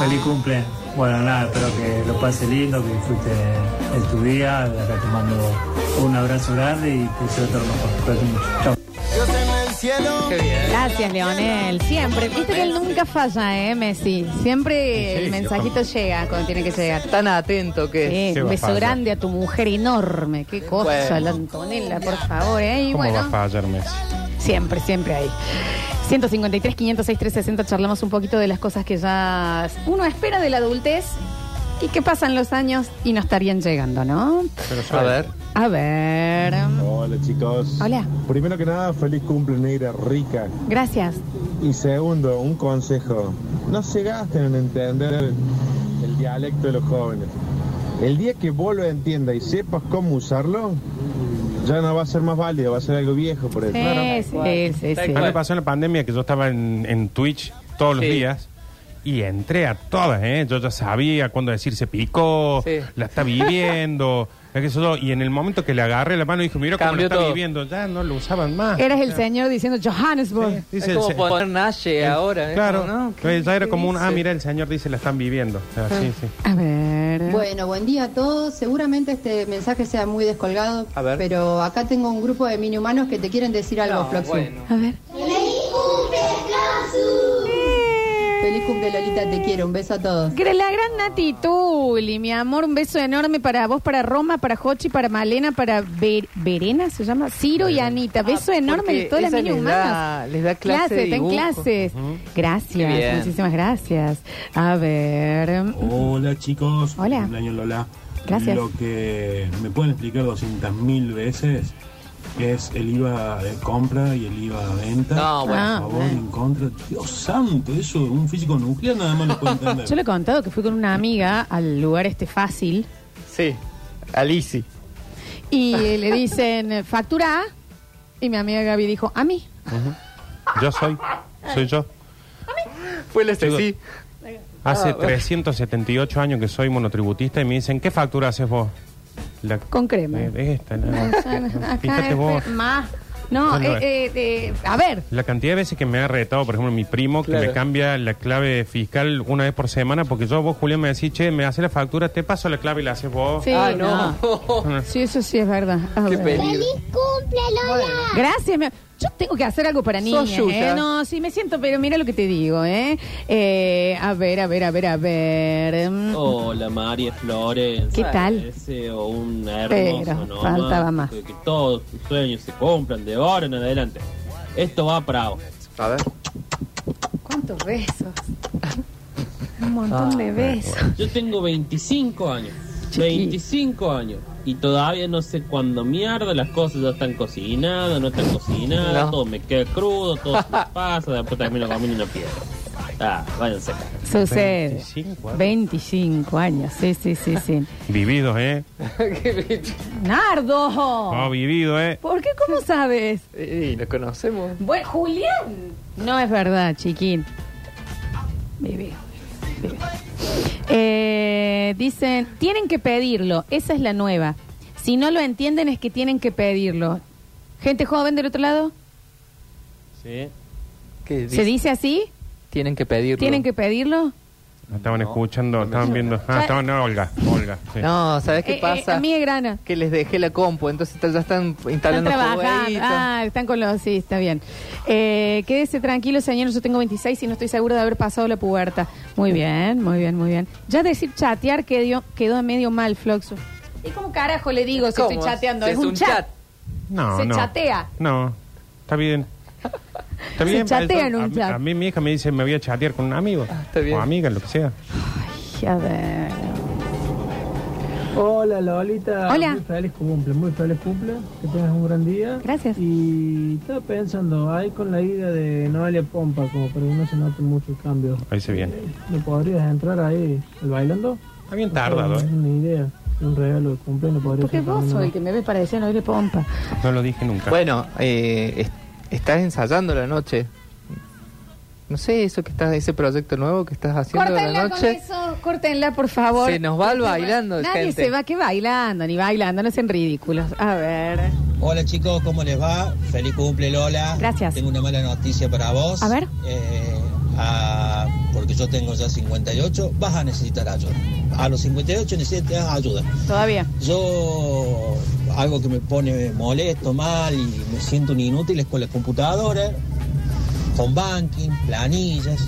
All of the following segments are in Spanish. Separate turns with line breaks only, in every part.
feliz cumple. Bueno, nada, espero que lo pase lindo, que disfrute de tu día. De acá te mando un abrazo grande y que sea todo lo mejor. Cuídate mucho. Chao.
Qué bien.
Gracias, Leonel. Siempre. Viste que él nunca falla, ¿eh, Messi? Siempre
Sí,
el mensajito llega cuando tiene que llegar.
Tan atento que
Eh,
¿Qué
un
va a
beso
fallar?
grande a tu mujer enorme. Qué cosa,
Bueno.
la Antonella, por favor, ¿eh? Y
¿Cómo va a
bueno,
fallar Messi?
siempre, siempre ahí. 153, 506, 360, charlamos un poquito de las cosas que ya uno espera de la adultez y que pasan los años y no estarían llegando, ¿no?
Pero
A
sabe,
ver. Mm.
A ver.
Hola chicos.
Hola.
Primero que nada, feliz cumple negra rica.
Gracias.
Y segundo, un consejo. No se gasten en entender el, el dialecto de los jóvenes. El día que vos lo entiendas y sepas cómo usarlo, ya no va a ser más válido, va a ser algo viejo por eso.
Sí, sí, sí, sí.
A mí me pasó en la pandemia que yo estaba en, en Twitch todos los
Sí.
días y entré a todas, ¿eh? Yo ya sabía cuándo decir se picó,
Sí.
la está viviendo, es que eso todo. y en el momento que le agarré la mano dije, mira cómo lo
Cambió
está
todo.
viviendo, ya no lo usaban más.
Eras el señor diciendo Johannesburg.
Dice
es como
el se-
poner Naye ahora. ¿eh?
Claro,
¿No?
pues ya era
qué
como un, ah,
dice? Ah.
mira, el señor dice la están viviendo. O sea, sí, sí.
A ver.
¿Eh?
Bueno, buen día a todos. Seguramente este mensaje sea muy descolgado,
A ver.
pero acá tengo un grupo de mini humanos que te quieren decir algo,
No,
Floxu.
bueno.
A ver.
Feliz cumple, Lolita, te quiero. Un beso a todos.
Gra- La gran Nati Tuli, mi amor, un beso enorme para vos, para Roma, para Jochi, para Malena, para Ver- Verena, se llama Ciro y Anita. Beso enorme de
Ah, porque
todas las
ella
mini
les da-
humanas.
les da clase de
está en
dibujo.
clases.
Qué bien.
Gracias, muchísimas gracias. A ver.
Hola chicos,
Hola.
Cumpleaños, Lola.
Gracias.
Lo que me pueden explicar 200.000 veces es el IVA de compra y el IVA de venta.
No, bueno.
Ah,
Por favor,
bueno.
en contra. Dios santo, eso un físico nuclear nada más lo puede
Yo le
entender.
he contado que fui con una amiga al lugar este fácil
Sí. Alici.
y le dicen factura A", y mi amiga Gaby dijo a mí.
Yo soy, soy yo.
Fue el este
Chicos.
sí.
Hace
Ah, bueno.
378 años que soy monotributista y me dicen, ¿qué factura haces vos? La-
Con crema. Ah,
Eh, Esta,
Acá
la, Fíjate
es
vos.
más. No,
Bueno,
eh, eh, eh, a ver.
La cantidad de veces que me ha retado, por ejemplo, mi primo,
Claro.
que me cambia la clave fiscal una vez por semana, porque yo, vos, Julián, me decís, che, me hace la factura, te paso la clave y la haces vos.
Sí,
ah,
no.
no.
Sí, eso sí es verdad. A
Qué
ver.
peligro.
Gracias, mi am- Yo tengo que hacer algo para niños.
yuya.
No, sí, me siento, pero mira lo que te digo, ¿eh? Eh, a ver, a ver, a ver, a ver. Mm,
Oh,
Hola María Flores.
¿Qué tal?
Deseo un
Pero
hermoso ¿no?
faltaba más.
Que, que todos tus sueños se cumplan de ahora en adelante. Esto va para vos.
A ver.
¿Cuántos besos? Un montón
Ah,
de besos.
Yo tengo 25 años.
Chiqui.
25 años. Y todavía no sé cuándo mierda las cosas ya están cocinadas, no están cocinadas,
No.
todo me queda crudo, todo se me pasa, después termino comiendo una piedra. Ah, váyanse.
Sucede.
25 años.
25 años, sí, sí, sí, sí.
Vividos, ¿eh?
¡Nardo!
No, vivido, ¿eh?
¿Por qué? ¿Cómo sabes?
Y lo conocemos.
Bueno, Julián. No es verdad, chiquín. Bebé. bebé. Eh, dicen, tienen que pedirlo. Esa es la nueva. Si no lo entienden es que tienen que pedirlo. Gente joven del otro lado,
¿Sí?
¿Qué
¿se dice así?
Tienen que pedirlo.
¿Tienen que pedirlo?
No Estaban escuchando, estaban viendo. Ah, estaban no, Olga. Olga. sí.
No, ¿sabes qué
Eh, eh,
pasa?
a mí es grana.
Que les dejé la compu, entonces está- ya están
Están
instalando
trabajando.
jueguitos.
Ah, están con los... Sí, está bien. Eh, quédese tranquilo, señor. Yo tengo 26 y no estoy seguro de haber pasado la puberta. Muy bien, muy bien, muy bien. Ya decir chatear quedó, quedó medio mal, Floxu. ¿Y cómo carajo le digo si
¿Cómo?
estoy chateando?
Si
es, un chat.
No,
Se
no.
chatea.
No, está bien. Está
Se chatea en un
a mí-
chat.
A, mí mi hija me dice, me voy a chatear con un amigo.
Ah, está bien.
O amiga, lo que sea.
Ay, a ver.
Hola Lolita,
Hola.
muy feliz cumple, muy feliz cumple, que tengas un gran día.
Gracias.
Y estaba pensando, ahí con la ida de Noelia Pompa, como para que no se note mucho el cambio,
Ahí se viene.
¿no podrías entrar ahí al bailando?
Está bien tardado, ¿eh?
No ni idea, un regalo de cumple, no podrías
Porque vos sos el que me ve para decir no le pompa.
No lo dije nunca.
Bueno, eh, es- estás ensayando la noche. No sé, eso que estás, ese proyecto nuevo que estás haciendo de la
Córtenla con
noche.
eso, córtenla, por favor.
Se nos va el bailando,
Nadie
gente.
se va que bailando, ni bailando, no sean ridículos. A ver.
Hola chicos, ¿cómo les va? Feliz cumple Lola.
Gracias.
Tengo una mala noticia para vos.
A ver.
Eh, a- porque yo tengo ya 58, vas a necesitar ayuda. A los 58 necesitas ayuda.
Todavía.
Yo, algo que me pone molesto, mal y me siento un inútil es con las computadoras, con banking, planillas.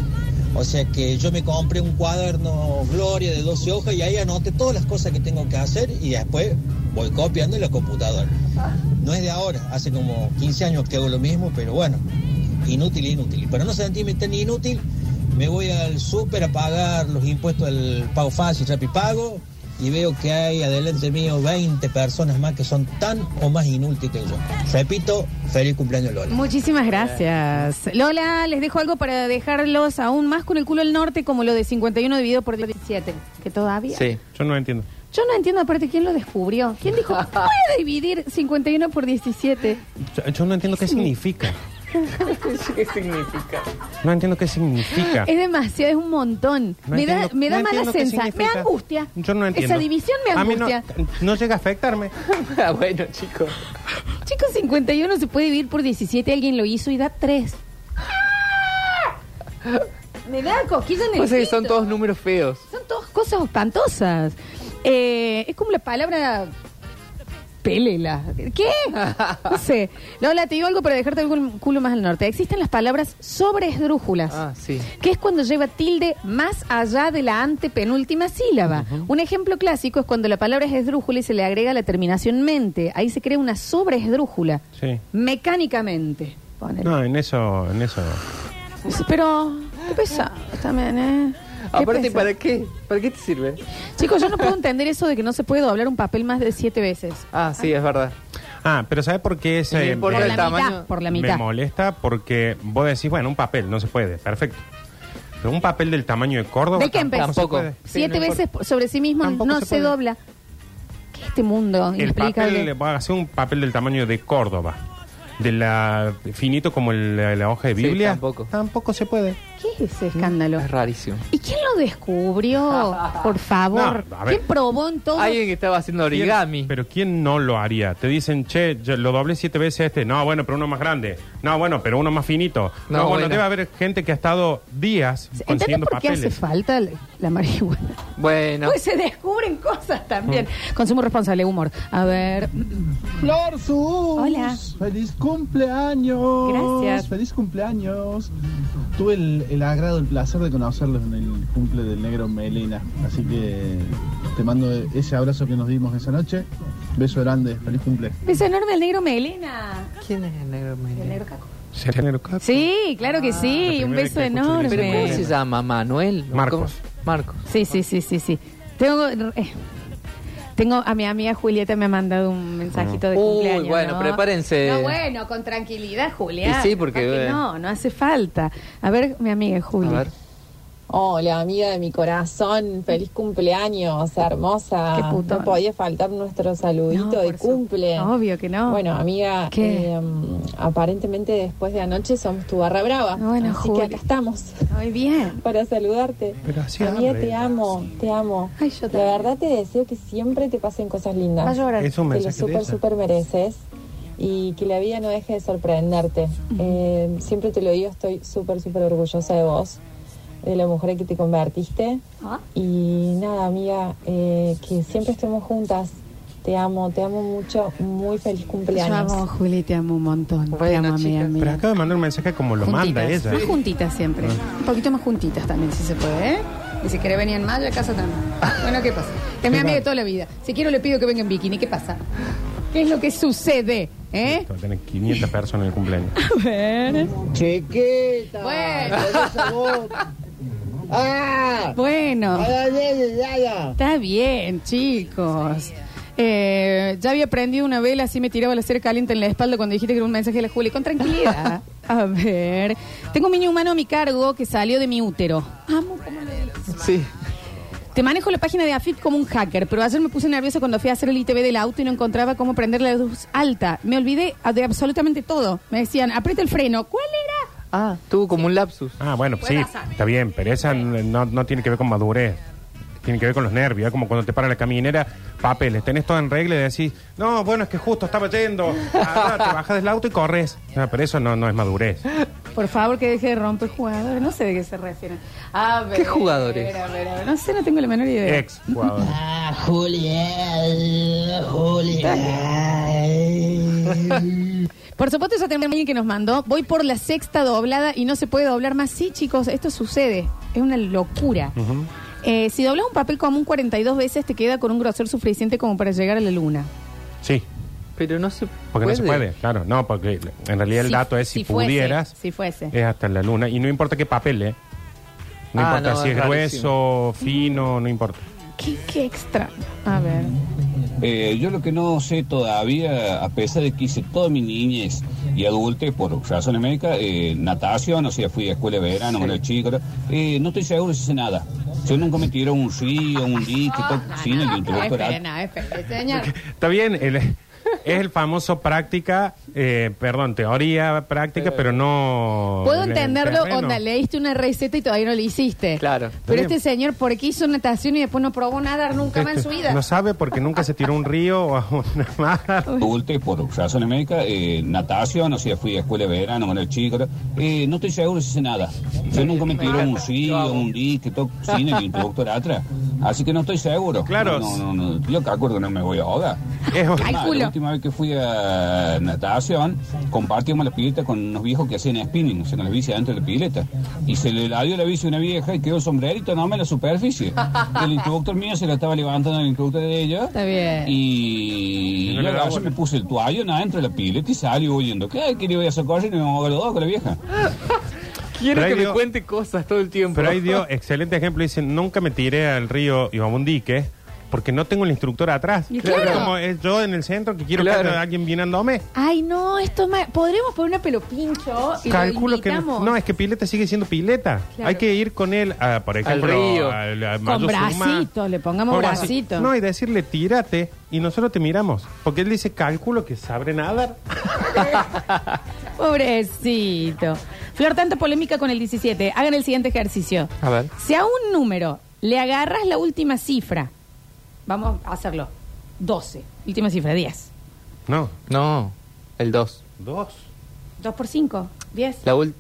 O sea que yo me compré un cuaderno Gloria de 12 hojas y ahí anoté todas las cosas que tengo que hacer y después voy copiando en la computadora. No es de ahora, hace como 15 años que hago lo mismo, pero bueno, inútil, inútil. Y para no sentirme tan inútil, me voy al súper a pagar los impuestos del pago fácil, rapipago, y veo que hay adelante mío 20 personas más que son tan o más inútiles que yo. Repito, feliz cumpleaños Lola.
Muchísimas gracias. Lola, les dejo algo para dejarlos aún más con el culo al norte, como lo de 51 dividido por 17, que todavía.
Sí.
Yo no entiendo.
Yo no entiendo aparte quién lo descubrió. ¿Quién dijo, voy a dividir 51 por 17?
Yo, yo no entiendo qué significa.
¿Qué significa?
No entiendo qué significa.
Es demasiado, es un montón.
Ah. No
Eh, me, da,
entiendo-
me da
no
mala
entiendo qué
sensación. Me
significa.
angustia.
Yo no entiendo.
Esa división me
A mí no-
angustia.
no llega a afectarme.
Ah, bueno, chicos.
Chicos, 51 se puede dividir por 17. Alguien lo hizo y da 3. Me da cosquillas en el
O sea que Pues son
pito.
todos números feos.
Son todas cosas espantosas. Eh, es como la palabra pelela. ¿Qué? No sé. Lola, te digo algo para dejarte algún culo más al norte. Existen las palabras sobresdrújulas.
Ah, sí.
que es cuando lleva tilde más allá de la antepenúltima sílaba. Un ejemplo clásico es cuando la palabra es esdrújula y se le agrega la terminación mente. Ahí se crea una sobreesdrújula,
Sí.
mecánicamente. ponele.
No, en eso, en eso.
Dice, Pero, qué pesado también, ¿eh? Qué
Ah, Aparte,
pesado.
¿para qué? ¿Para qué te sirve?
Chicos, yo no puedo entender eso de que no se puede doblar un papel más de siete veces.
Ah, sí, es verdad.
Ah, pero ¿sabes por qué eh, ese
Y no
Por
importa
me-
la,
el
mitad,
tamaño,
por la mitad.
Me molesta porque vos decís, bueno, un papel no se puede, perfecto. Pero un papel del tamaño de Córdoba.
¿De qué
tampoco
empezó?
se puede.
Siete
Sí, no
veces por- sobre sí mismo
Tampoco
no se,
se puede.
dobla. ¿Qué es este mundo
El
inexplicable?
papel, va a hacer un papel del tamaño de Córdoba. De la finito como el- la, la hoja de
Sí,
Biblia.
tampoco.
Tampoco se puede.
¿Qué es ese escándalo?
Mm.
Es rarísimo.
¿Y quién lo descubrió? Por favor.
No, a ver.
¿Quién probó en todo?
Alguien que estaba haciendo
¿Quién-
origami.
Pero ¿quién no lo haría? Te dicen, che, yo lo doblé siete veces a este. No, bueno, pero uno más grande. No, bueno, pero uno más finito. No,
No,
bueno,
bueno.
debe haber gente que ha estado días
¿Entiendes
consiguiendo
por qué
papeles.
hace falta la, la marihuana?
Bueno.
Pues se descubren cosas también.
Mm.
Consumo responsable, humor. A ver.
Flor Sus.
Hola.
Feliz cumpleaños.
Gracias.
Feliz cumpleaños. Tuve el, el agrado, el placer de conocerlos en el cumple del negro Melena. Así que te mando ese abrazo que nos dimos esa noche. Beso grande, feliz cumple.
Beso enorme al negro Melena.
¿Quién es el negro
El
Melena?
negro Caco.
¿Se genera un caco?
Sí, claro que sí.
Ah, la
Un
primera
beso
que escucho que
enorme.
dice
¿Pero cómo se
Melena.
llama? ¿Manuel? ¿O
Marcos.
cómo? Marcos.
Sí, sí, sí, sí, sí. Tengo, eh, tengo a mi amiga Julieta me ha mandado un mensajito de
Uy,
cumpleaños.
bueno,
¿no?
prepárense.
No, bueno, con tranquilidad, Julieta.
Y sí, porque,
Aparte,
eh.
No, no hace falta. A ver, mi amiga Julia.
A ver.
Hola, amiga de mi corazón. Feliz cumpleaños, hermosa.
Qué puto.
No podía faltar nuestro saludito
No,
de
por su-
cumple.
Obvio que no.
Bueno, amiga,
¿Qué?
eh, aparentemente después de anoche somos tu barra brava.
Ah, Bueno,
así
Juli.
que acá estamos
Muy bien.
para saludarte.
Pero así
amiga,
habla
te
ella.
amo, te amo.
Ay, yo
La
también.
verdad te deseo que siempre te pasen cosas lindas.
Va a llorar.
Es un
Te lo
mensaje de
súper,
ella.
súper mereces y que la vida no deje de sorprenderte. Eh, siempre te lo digo, estoy súper, súper orgullosa de vos, de la mujer que te convertiste.
Ah.
Y nada, amiga, eh, que siempre estemos juntas. Te amo, te amo mucho. Muy feliz
Yo
cumpleaños.
amo a Juli, te amo un montón. te
Bueno,
amo, amiga
chicas,
mía.
Pero acaba de mandar un mensaje como lo manda
Juntitas.
ella. Ah.
Más juntitas siempre. Un poquito más juntitas también, si se puede. ¿eh? Y si quiere venir en mayo, a casa también. Bueno, ¿qué pasa? Es mi amiga de toda la vida. Si quiero, le pido que venga en bikini. ¿Qué pasa? ¿Qué es lo que sucede? ¿Eh?
Esto, Tiene 500 personas en el cumpleaños.
A ver.
Chiquita.
Bueno.
Por esa voz. ¡Ah!
Bueno,
Ay, ay, ay, ay, ay.
está bien, chicos. Eh, ya había prendido una vela, así me tiraba la cera caliente en la espalda cuando dijiste que era un mensaje de la Juli. Con tranquilidad. A ver. Tengo un niño humano a mi cargo que salió de mi útero. Amo cómo lo dice.
Sí.
Te manejo la página de AFIP como un hacker, pero ayer me puse nerviosa cuando fui a hacer el ITV del auto y no encontraba cómo prender la luz alta. Me olvidé de absolutamente todo. Me decían, aprieta el freno. ¿Cuál era?
Ah, tuvo como un lapsus.
Ah, bueno,
Puede
sí,
pasar.
está bien, pero esa no, no tiene que ver con madurez. Tiene que ver con los nervios, ¿eh? como cuando te para la caminera, papeles, tenés todo en regla y decís, no, bueno, es que justo estaba yendo, Ah, no, te bajas del auto y corres. No, pero eso no, no es madurez.
Por favor, que deje de romper jugadores. No sé de qué se refieren. A ver,
¿Qué jugadores?
a ver, a ver. No sé, no tengo la menor idea.
Ex jugador.
Ah, Julián, Julián.
Por supuesto, ya tenemos alguien que nos mandó. Voy por la sexta doblada y no se puede doblar más. Sí, chicos, esto sucede. Es una locura.
Ujú.
Eh, si doblas un papel común 42 veces, te queda con un grosor suficiente como para llegar a la luna.
Sí,
Pero no se
porque no se puede, claro. No, porque en realidad el
Si-
dato es si,
fuese,
pudieras, Eh.
si fuese.
es hasta la luna. Y no importa qué papel, ¿eh? No
Ah,
importa
no,
si
es
es grueso, fino, no importa.
¿Qué, qué extra. A ver.
Eh, yo lo que no sé todavía, a pesar de que hice toda mi niñez y adulte por razones médicas, eh, natación, o sea, fui a escuela de verano cuando era chico, eh, no estoy seguro si sé nada. Yo nunca me tiré a un río, a un dique, todo sin el introductor.
Espera, Ah, no, espera, señor.
Está bien, el- es el famoso práctica, eh, perdón, teoría, práctica, pero no...
Puedo
en Oh, el
entenderlo,
terreno.
onda, leíste una receta y todavía no la hiciste. Claro. Pero
bien.
este señor, ¿por qué hizo natación y después no probó nadar nunca más en su vida?
No sabe porque nunca se tiró a un río o a una mar.
Adulte por razones médicas, eh, natación, o sea, fui a escuela de verano cuando era chico, eh, no estoy seguro si sé nada. Yo nunca me tiré a un río, a un dique, todo sin el introductor atrás. Así que no estoy seguro.
Claro.
No, no, no, no. Yo calculo que no me voy a ahogar.
Es
más,
Calculo.
la última vez que fui a natación, compartimos la pileta con unos viejos que hacían spinning, o sea, con la bici adentro de la pileta. Y se le la dio la bici a una vieja y quedó el sombrerito nomás en la superficie. El instructor mío se la estaba levantando el instructor de ella.
Está bien.
Y
no
yo
le da
agarré,
bola.
me puse el toallón adentro de la pileta y salí huyendo. ¿Qué? ¿Qué le voy a socorrer? Y me voy a ahogar los dos con la vieja.
Quiero
Pero ahí
que me
dio-
cuente cosas todo el tiempo.
Pero ahí dio eh, excelente ejemplo. Dice, nunca me tiré al río y a un dique porque no tengo el instructor atrás.
Y claro.
Es Como es yo en el centro que quiero
Claro.
que haya alguien vinándome.
Ay, no, esto es mal. ¿Podremos poner una pelopincho y
Calculo
lo
que no,
invitamos?
no, es que pileta sigue siendo pileta.
Claro.
Hay que ir con él, a, por ejemplo,
río.
al- al
Con
Mayuzuma,
bracitos, le pongamos
o algo así.
bracitos.
No, y decirle, tírate y nosotros te miramos. Porque él dice, calculo que sabré nadar.
Pobrecito. Flor, tanta polémica con el 17. Hagan el siguiente ejercicio.
A ver.
Si a un número le agarras la última cifra, vamos a hacerlo. 12. Última cifra, 10.
No,
No, el 2.
dos.
2 por 5, 10.
La, ul-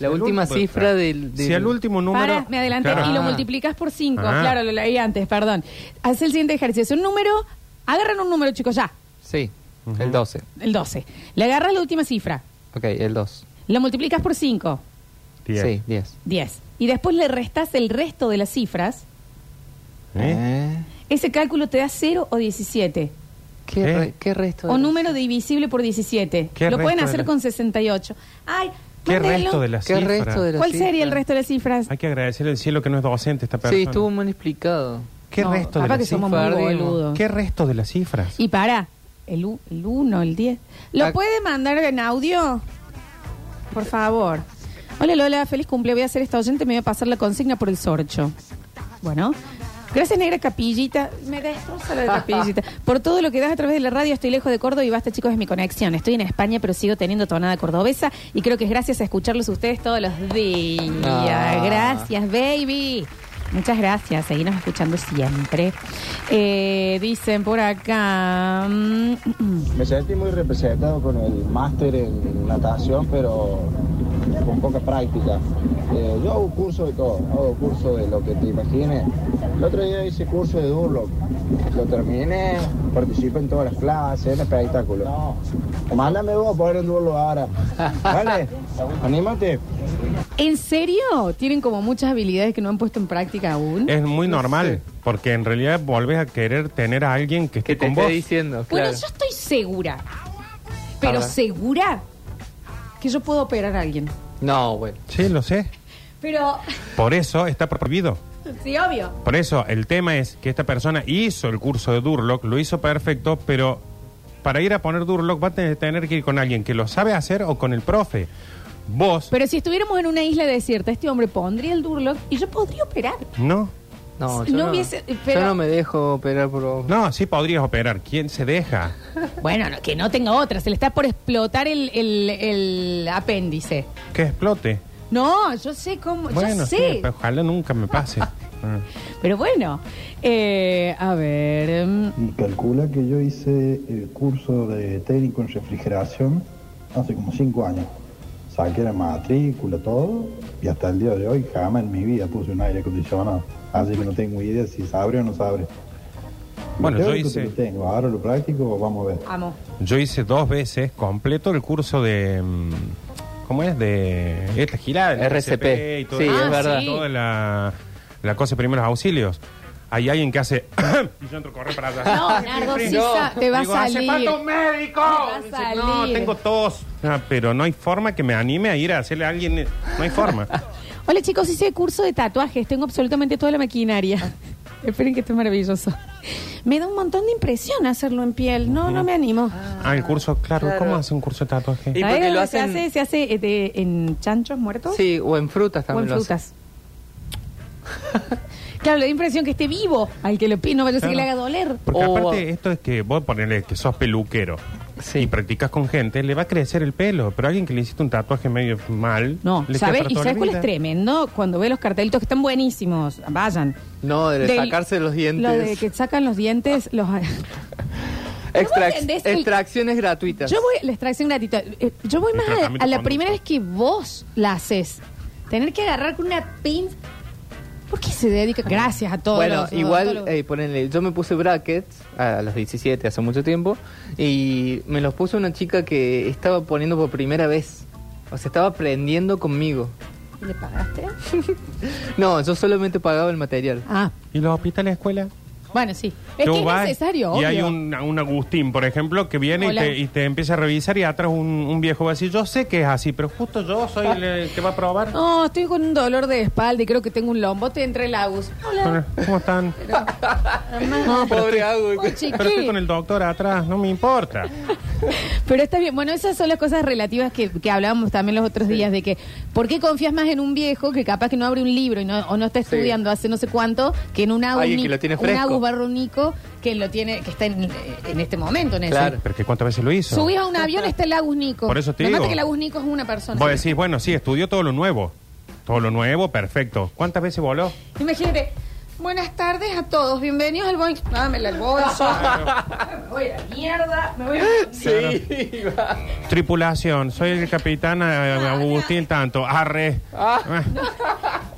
la
Si el
última
último-
cifra del... del-
Si el último número...
Para, me adelanté
Claro.
y lo
Ah.
multiplicas por 5.
Ah.
Claro, lo leí antes, perdón. Haz el siguiente ejercicio. Un número, agarran un número, chicos, ya.
Sí, el 12.
El 12. Le agarras la última cifra,
Ok, el 2.
lo multiplicas por 5,
Diez.
Sí, 10.
10. Y después le restas el resto de las cifras.
¿Eh?
Ese cálculo te da 0 o 17.
¿Qué,
¿Qué?
re- qué resto?
O
de-
número divisible por 17.
¿Qué
Lo pueden
resto
hacer
de la-
con 68. Ay,
¿Qué
mándenlo.
resto de las
¿Qué
cifras?
resto de la
¿Cuál
cifra?
sería el resto de las cifras?
Hay que agradecer al cielo que no es docente esta persona.
Sí, estuvo mal explicado.
¿Qué
No,
resto de
capaz
las
que somos
cifras?
muy
Perdimos.
boludos.
¿Qué resto de las cifras?
Y para, el 1, el 10. ¿Lo
Ac-
puede mandar en audio? Por favor. Hola Lola, feliz cumple. Voy a hacer esta oyente, me voy a pasar la consigna por el sorcho. Bueno. Gracias, negra capillita. Me destroza la de capillita. Por todo lo que das a través de la radio, estoy lejos de Córdoba y basta, chicos, es mi conexión. Estoy en España, pero sigo teniendo tonada cordobesa y creo que es gracias a escucharlos ustedes todos los días.
Ah.
Gracias, baby. Muchas gracias, seguimos escuchando siempre. Eh, dicen por acá. mm, mm,
Me sentí muy representado con el máster en natación, pero con poca práctica. Eh, yo hago curso de todo, hago curso de lo que te imagines. El otro día hice curso de Durlock, lo terminé, participé en todas las clases, en espectáculos. Mándame vos a poner un Durlock ahora. Dale, anímate.
¿En serio? Tienen como muchas habilidades que no han puesto en práctica aún.
Es muy normal, porque en realidad volvés a querer tener a alguien que
¿Qué
esté
te
con
estoy
vos.
diciendo?
bueno,
Claro.
yo estoy segura, pero
A ver.
segura que yo puedo operar a alguien.
No, bueno.
Sí, lo sé.
Pero,
Por eso está prohibido.
sí, obvio.
Por eso el tema es que esta persona hizo el curso de Durlock, lo hizo perfecto, pero para ir a poner Durlock va a tener- tener que ir con alguien que lo sabe hacer o con el profe. Vos,
Pero si estuviéramos en una isla desierta, este hombre pondría el Durlock y yo podría operar.
no.
No,
Si
yo
no
no,
hubiese-
yo
pero-
no me dejo operar por vos.
No, sí podrías operar. ¿Quién se deja?
Bueno, no, que no tenga otra, se le está por explotar el, el- el apéndice.
Que explote.
No, yo sé cómo, yo
Bueno,
sé.
sí, pero ojalá nunca me pase. Ah.
Pero bueno, eh, a ver. mm,
Y calcula que yo hice el curso de técnico en refrigeración hace como 5 años. saqué la matrícula, todo, y hasta el día de hoy jamás en mi vida puse un aire acondicionado. Así que no tengo idea si sabré o no sabré. Lo
Bueno, yo
teórico
hice-
te lo tengo, ahora lo práctico, vamos a ver.
Amo.
Yo hice dos veces completo el curso de. mm, ¿Cómo es? De. Esta gilada. de
RCP.
y todo
Sí,
eso.
es Ah, verdad. sí.
Toda la, la cosa de primeros auxilios. Hay alguien que hace. y yo entro a correr para allá.
No, Nardo, sí, sa- te va
Digo,
a
hace
salir.
falta un
médico!
Te va a
No,
salir.
tengo tos. Ah, pero no hay forma que me anime a ir a hacerle a alguien. No hay forma.
Hola chicos, hice curso de tatuajes. Tengo absolutamente toda la maquinaria.
Ah.
Esperen que esté maravilloso. Me da un montón de impresión hacerlo en piel. No, no me animo.
Ah, el curso, claro.
Claro.
¿Cómo hace un curso de tatuaje?
¿Sabés dónde se hace? ¿Se hace eh, de- en chanchos muertos?
Sí, o en frutas
o
también
en
lo hacen.
frutas. claro, le da impresión que esté vivo al que lo pide. No vaya a ser que le haga
Claro.
doler.
Porque
O-
aparte esto es que vos ponele que sos peluquero y practicas con gente, le va a crecer el pelo, pero a alguien que le hiciste un tatuaje medio mal,
No,
le queda
¿sabes?
para
¿Y
toda
sabes
la
cuál
vida.
es tremendo? Cuando ve los cartelitos que están buenísimos, vayan.
No, de
Del-
sacarse los dientes.
Lo de que sacan los dientes, los...
Extrac-
¿Cómo entendés el-
extracciones gratuitas.
Yo voy, la extracción gratuita, eh, yo voy
El
más a- a,
tratamiento
la
con-
primera vez que vos la haces. Tener que agarrar con una pinza. ¿Por qué se dedica? Gracias a todos.
Bueno,
los
igual,
odontólogos.
eh, ponele, yo me puse brackets a los 17, hace mucho tiempo, y me los puso una chica que estaba poniendo por primera vez. O sea, estaba aprendiendo conmigo.
¿Le pagaste?
No, yo solamente pagaba el material.
Ah.
¿Y los hospitales de escuela?
Bueno, sí. Es
Tú
que es
vas
necesario,
Y
obvio.
hay un, un Agustín, por ejemplo, que viene y
Hola.
te, y te empieza a revisar y atrás un, un viejo va a decir, yo sé que es así, pero justo yo soy el eh, que va a probar.
No, estoy con un dolor de espalda y creo que tengo un lombote entre lagos. Hola.
¿Cómo están?
No,
estoy-
Uy, chiqui.
pero estoy con el doctor atrás, no me importa.
Pero está bien, bueno, esas son las cosas relativas que, que hablábamos también los otros días, de que, ¿por qué confías más en un viejo que capaz que no abre un libro y no, o no está estudiando hace no sé cuánto, que en un
Alguien
uni-
que lo tiene
un
fresco.
agus barro Nico que lo tiene, que está en, en este momento en eso?
Pero que cuántas veces lo hizo.
Subís a un avión, está el Agus Nico.
Por eso te
Lo
digo.
mata que el Agus Nico es una persona.
Vos decís, bueno, sí, estudió todo lo nuevo. Todo lo nuevo, perfecto. ¿Cuántas veces voló?
Imagínate, buenas tardes a todos, bienvenidos al bolso. Dámela al bolso. me voy a la mierda, me voy a...
Tripulación, soy el capitán
Ah,
eh, Agustín Tanto. Arre. Ah,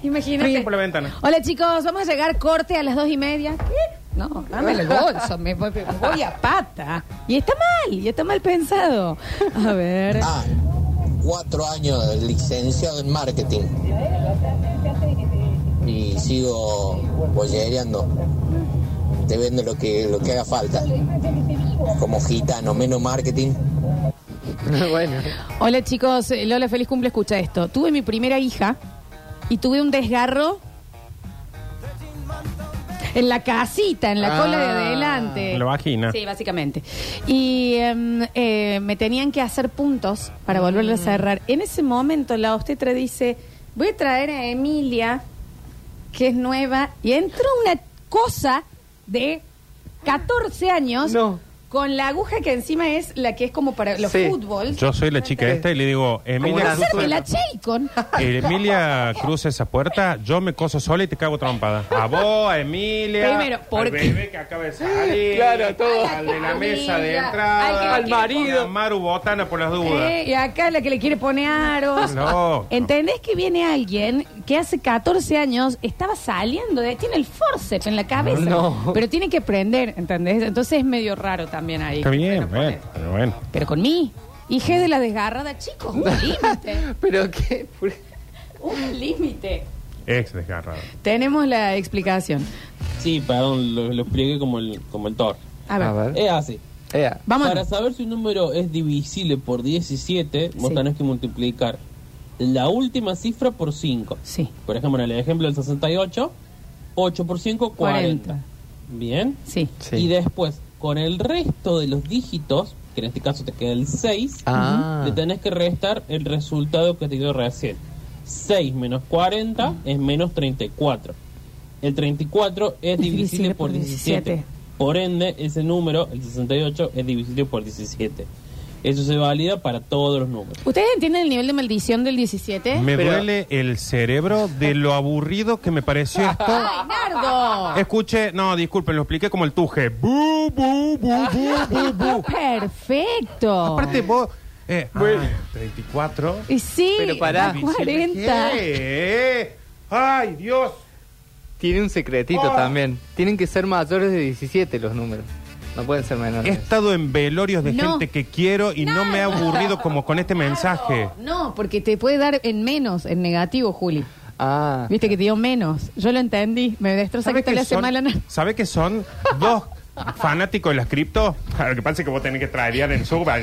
Imagínate.
prim por la ventana.
Hola chicos, vamos a llegar corte a las dos y media. ¿Qué? No, dame el bolso, me voy, me voy a pata. Y está mal, y está mal pensado. A ver.
Ah.
Cuatro años de licenciado en marketing y sigo bollereando. Te vendo lo que, lo que haga falta. Como gitano, menos marketing.
bueno.
Hola chicos, eh, Lola, feliz cumple, escucha esto. Tuve mi primera hija y tuve un desgarro en la casita, en la
Ah,
cola de adelante.
en la vagina.
Sí, básicamente. Y em, eh, me tenían que hacer puntos para volverla a cerrar. En ese momento la obstetra dice, voy a traer a Emilia, que es nueva, y entró una cosa de 14 años. Con la aguja que encima es la que es como para los
Sí.
fútbol.
Yo soy la chica esta y le digo, Emilia,
Emilia
cruza,
la Chaycon.
Emilia cruza esa puerta, yo me coso sola y te cago trompada. A vos, a Emilia.
Primero, ¿por
al
qué?
bebé que acaba de salir.
Claro, todo.
Al de la mesa de
Emilia,
entrada.
al que le quiere
marido. A Maru Botana por las dudas.
Eh, y acá la que le quiere poner aros.
No.
¿Entendés que viene alguien que hace 14 años estaba saliendo? De, tiene el forceps en la cabeza.
No.
Pero tiene que prender, ¿entendés? Entonces es medio raro también ahí.
Está bien, bueno, pero bueno.
Pero con mí. Hija de la desgarrada, chicos, un límite.
Pero qué.
Un límite.
Ex desgarrado.
Tenemos la explicación.
Sí, perdón, lo, lo expliqué como el, como el Thor.
A ver. A ver.
Es así.
Vamos.
Para saber si un número es divisible por 17, vos
Sí.
tenés que multiplicar la última cifra por 5.
Sí.
Por ejemplo, en el ejemplo del 68, 8 por 5, 40. ¿Bien?
Sí.
Y después, con el resto de los dígitos, que en este caso te queda el 6,
Ah.
le tenés que restar el resultado que te dio recién. 6 menos 40 es menos 34. El 34 es divisible por 17. Por ende, ese número, el 68, es divisible por 17. Eso se valida para todos los números.
¿Ustedes entienden el nivel de maldición del 17?
Me
Pero-
duele el cerebro de lo aburrido que me pareció esto.
¡Ay, Nardo!
Escuche, no, disculpen, lo expliqué como el tuje. Bu, bu, bu, bu, bu, bu.
Perfecto.
Aparte, vos, Eh, ah, 34.
Y sí,
Pero pará.
da 40.
¿Qué? ¡Ay, Dios!
Tiene un secretito
Oh.
también. Tienen que ser mayores de 17 los números. No pueden ser menores.
He estado en velorios de
No.
gente que quiero y no me ha aburrido como con este mensaje.
No, porque te puede dar en menos, en negativo, Juli.
Ah.
Viste que te dio menos. Yo lo entendí. Me destroza que
¿Sabe
te le
que,
hace
son,
mal a nadie.
sabe que son dos fanáticos de las cripto? Ah, Lo que pasa es que vos tenés que traer en suba y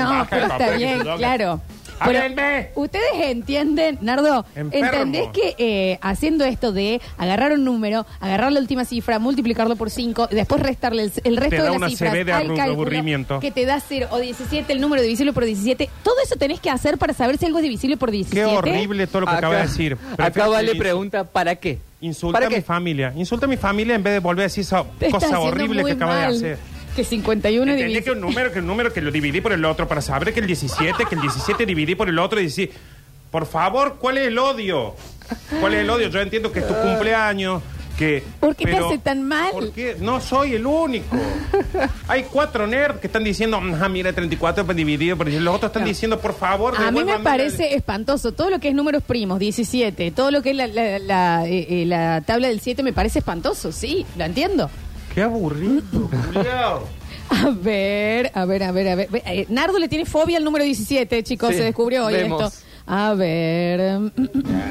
No,
baja,
pero está
comprar
bien,
que se
claro.
Ábrenme.
ustedes entienden, Nardo,
Enfermo.
¿entendés que eh, haciendo esto de agarrar un número, agarrar la última cifra, multiplicarlo por 5, después restarle el, el resto
Te da
de las
una
cifras
CV de
al
aburru-
cálculo
aburrimiento.
que te da 0 o 17, el número divisible por 17, todo eso tenés que hacer para saber si algo es divisible por 17.
Qué horrible todo lo que acaba de decir.
acá Vale
pregunta,
¿para qué?
Insulta a mi familia. Insulta a mi familia en vez de volver a decir esa
Te está
cosa
haciendo
horrible
muy
que acaba de
mal.
hacer.
Que 51
Entendí que
divisible.
un número, que un número que lo dividí por el otro para saber que el 17, que el 17 dividí por el otro y decir, por favor, ¿cuál es el odio? ¿Cuál es el odio? Yo entiendo que es tu cumpleaños, que...
¿Por qué
pero
te hace tan mal?
¿por qué? No soy el único. Hay cuatro nerds que están diciendo, ah, mira, 34 dividido por... Y los otros están diciendo, por favor,
A mí me
devuélvanme
parece espantoso. Todo lo que es números primos, 17, todo lo que es la, la- la, eh, eh, la tabla del 7 me parece espantoso, sí, lo entiendo.
el- Qué aburrido, Julián.
A ver, a ver, a ver, a ver. Ve- eh, Nardo le tiene fobia al número 17, chicos,
Sí,
se descubrió hoy
vemos.
esto. A ver. mm,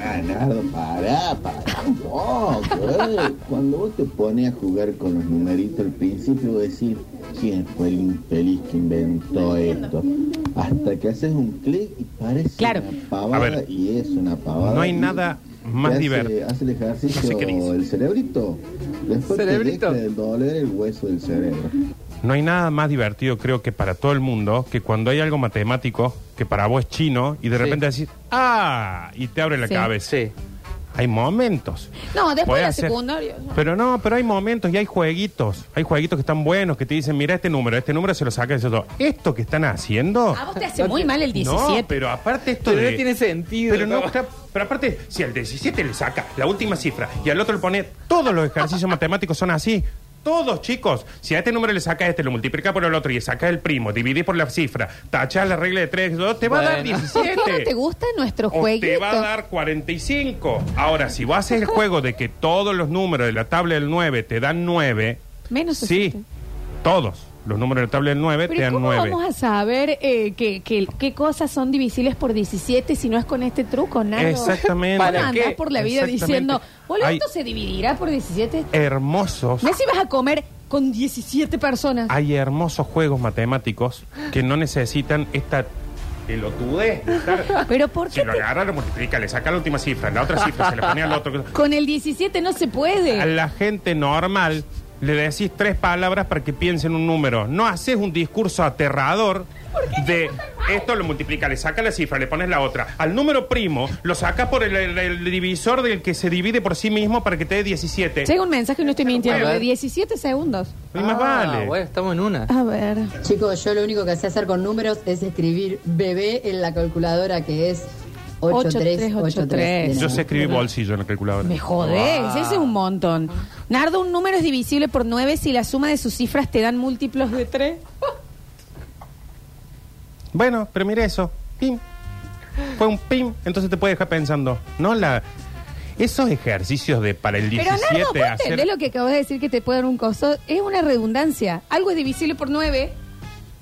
Ah, Nardo, pará, pará un poco, eh. Cuando vos te pones a jugar con los numeritos al principio, vos decís, ¿quién fue el infeliz que inventó esto? Hasta que haces un clic y parece una
A
pavada
ver,
y es una pavada.
no hay
y
nada
te
más
hace-
divertido.
Hace el ejercicio
No sé qué dice.
el cerebrito. Después
Cerebrito.
te deja de doler el hueso del cerebro.
No hay nada más divertido, creo que para todo el mundo, que cuando hay algo matemático, que para vos es chino, y de repente decís, ¡ah! Y te abre la
Sí.
cabeza. Hay momentos.
No, después
Podés
de la
hacer-
secundaria.
Pero no, pero hay momentos y hay jueguitos. Hay jueguitos que están buenos, que te dicen, mira este número, este número se lo saca y todo. Esto que están haciendo...
A vos te hace muy mal el
No,
17.
pero aparte esto
Pero no
de-
tiene sentido.
Pero, no,
¿no?
está- pero aparte, si al 17 le saca la última cifra y al otro le pone todos los ejercicios matemáticos son así. Todos, chicos. Si a este número le saca este, lo multiplica por el otro y le saca el primo, dividís por la cifra, tachás la regla de 3, 2, te va a dar
Bueno.
¿Por qué
17.
no te gusta nuestro
O te
jueguito?
va a dar 45. Ahora, si vos haces el juego de que todos los números de la tabla del 9 te dan 9,
Menos
sí, todos los números de la tabla del 9 te
Pero
dan
¿cómo
9.
vamos a saber eh, que, que- qué cosas son divisibles por 17 si no es con este truco, Nardo?
Exactamente.
¿Cómo
¿Para
andás
qué?
por la vida
Exactamente. Eh.
diciendo, boludo,
Hay-
esto se dividirá por 17?
Hermosos.
Messi vas a comer con 17 personas.
Hay hermosos juegos matemáticos que no necesitan esta pelotudez. de estar-
Pero ¿por
Si
qué
lo
te-
agarra, lo multiplica, le saca la última cifra, la otra cifra, se la pone al otro.
con el 17 no se puede?
A la gente normal le decís tres palabras para que piensen un número. No haces un discurso aterrador de esto lo multiplica, le saca la cifra, le pones la otra. Al número primo lo sacas por el, el- el divisor del que se divide por sí mismo para que te dé 17.
Llega un mensaje, no estoy mintiendo,
A
de
ver.
17 segundos.
Y más
Ah,
vale.
Ah, estamos en una.
A ver.
Chicos, yo lo único que sé hacer con números es escribir bebé en la calculadora que es 8383.
Yo sé escribir bolsillo en la calculadora.
Me jodés,
Ah.
ese es un montón. Nardo, un número es divisible por 9 si la suma de sus cifras te dan múltiplos de 3.
Bueno, pero mira eso. Pim. Fue un pim. Entonces te puede dejar pensando. No la. Esos ejercicios de para el
Pero
17
Nardo, ¿vos
hacer-
entendés lo que acabas de decir que te puede dar un coso? Es una redundancia. Algo es divisible por 9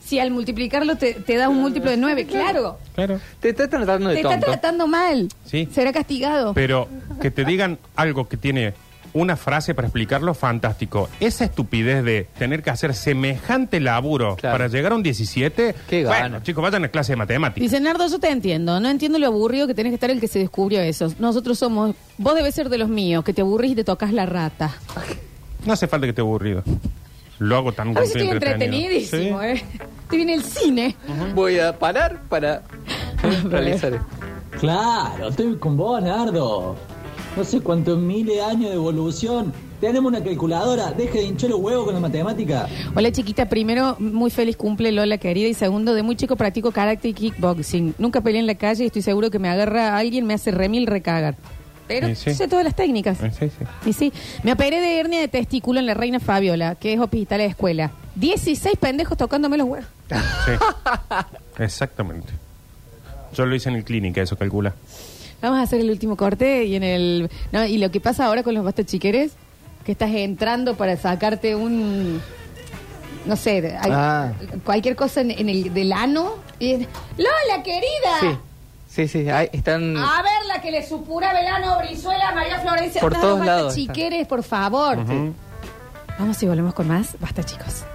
si al multiplicarlo te, te da un múltiplo de 9. Claro,
Claro.
Te está tratando de
te está
tonto.
tratando mal.
Sí.
Será castigado.
Pero que te digan algo que tiene una frase para explicarlo, fantástico. Esa estupidez de tener que hacer semejante laburo para llegar a un 17. bueno, chicos, vayan a clase de matemáticas.
Dice Nardo, yo te entiendo. No entiendo lo aburrido que tenés que estar el que se descubrió eso. Nosotros somos. Vos debes ser de los míos, que te aburrís y te tocas la rata.
No hace falta que esté aburrido. Lo hago tan
A veces
estoy
estoy entretenidísimo,
Sí.
¿eh? Estoy en el cine.
Voy a parar para realizar esto.
Claro, estoy con vos, Nardo. No sé cuántos miles de años de evolución. Tenemos una calculadora. Deje de hinchar los huevos con la matemática.
Hola chiquita, primero, muy feliz cumple Lola querida y segundo, de muy chico practico karate y kickboxing. Nunca peleé en la calle y estoy seguro que me agarra alguien, me hace remil recagar. Pero
Y sí.
sé todas las técnicas.
Sí, sí.
Y sí, me operé de hernia de testículo en la Reina Fabiola, que es hospital de escuela. 16 pendejos tocándome los huevos.
Sí. Exactamente. Yo lo hice en el clínica, eso calcula.
Vamos a hacer el último corte y en el no, y lo que pasa ahora con los basta chiqueres, que estás entrando para sacarte un no sé, hay-
Ah.
cualquier cosa en, en el del ano y es, Lola querida.
Sí, sí, sí. ahí están.
A ver la que le supura Velano Brizuela María Florencia.
Por
Dame
todos
basta
lados está.
Chiqueres, por favor.
Ujú.
Vamos y volvemos con más. Basta, chicos.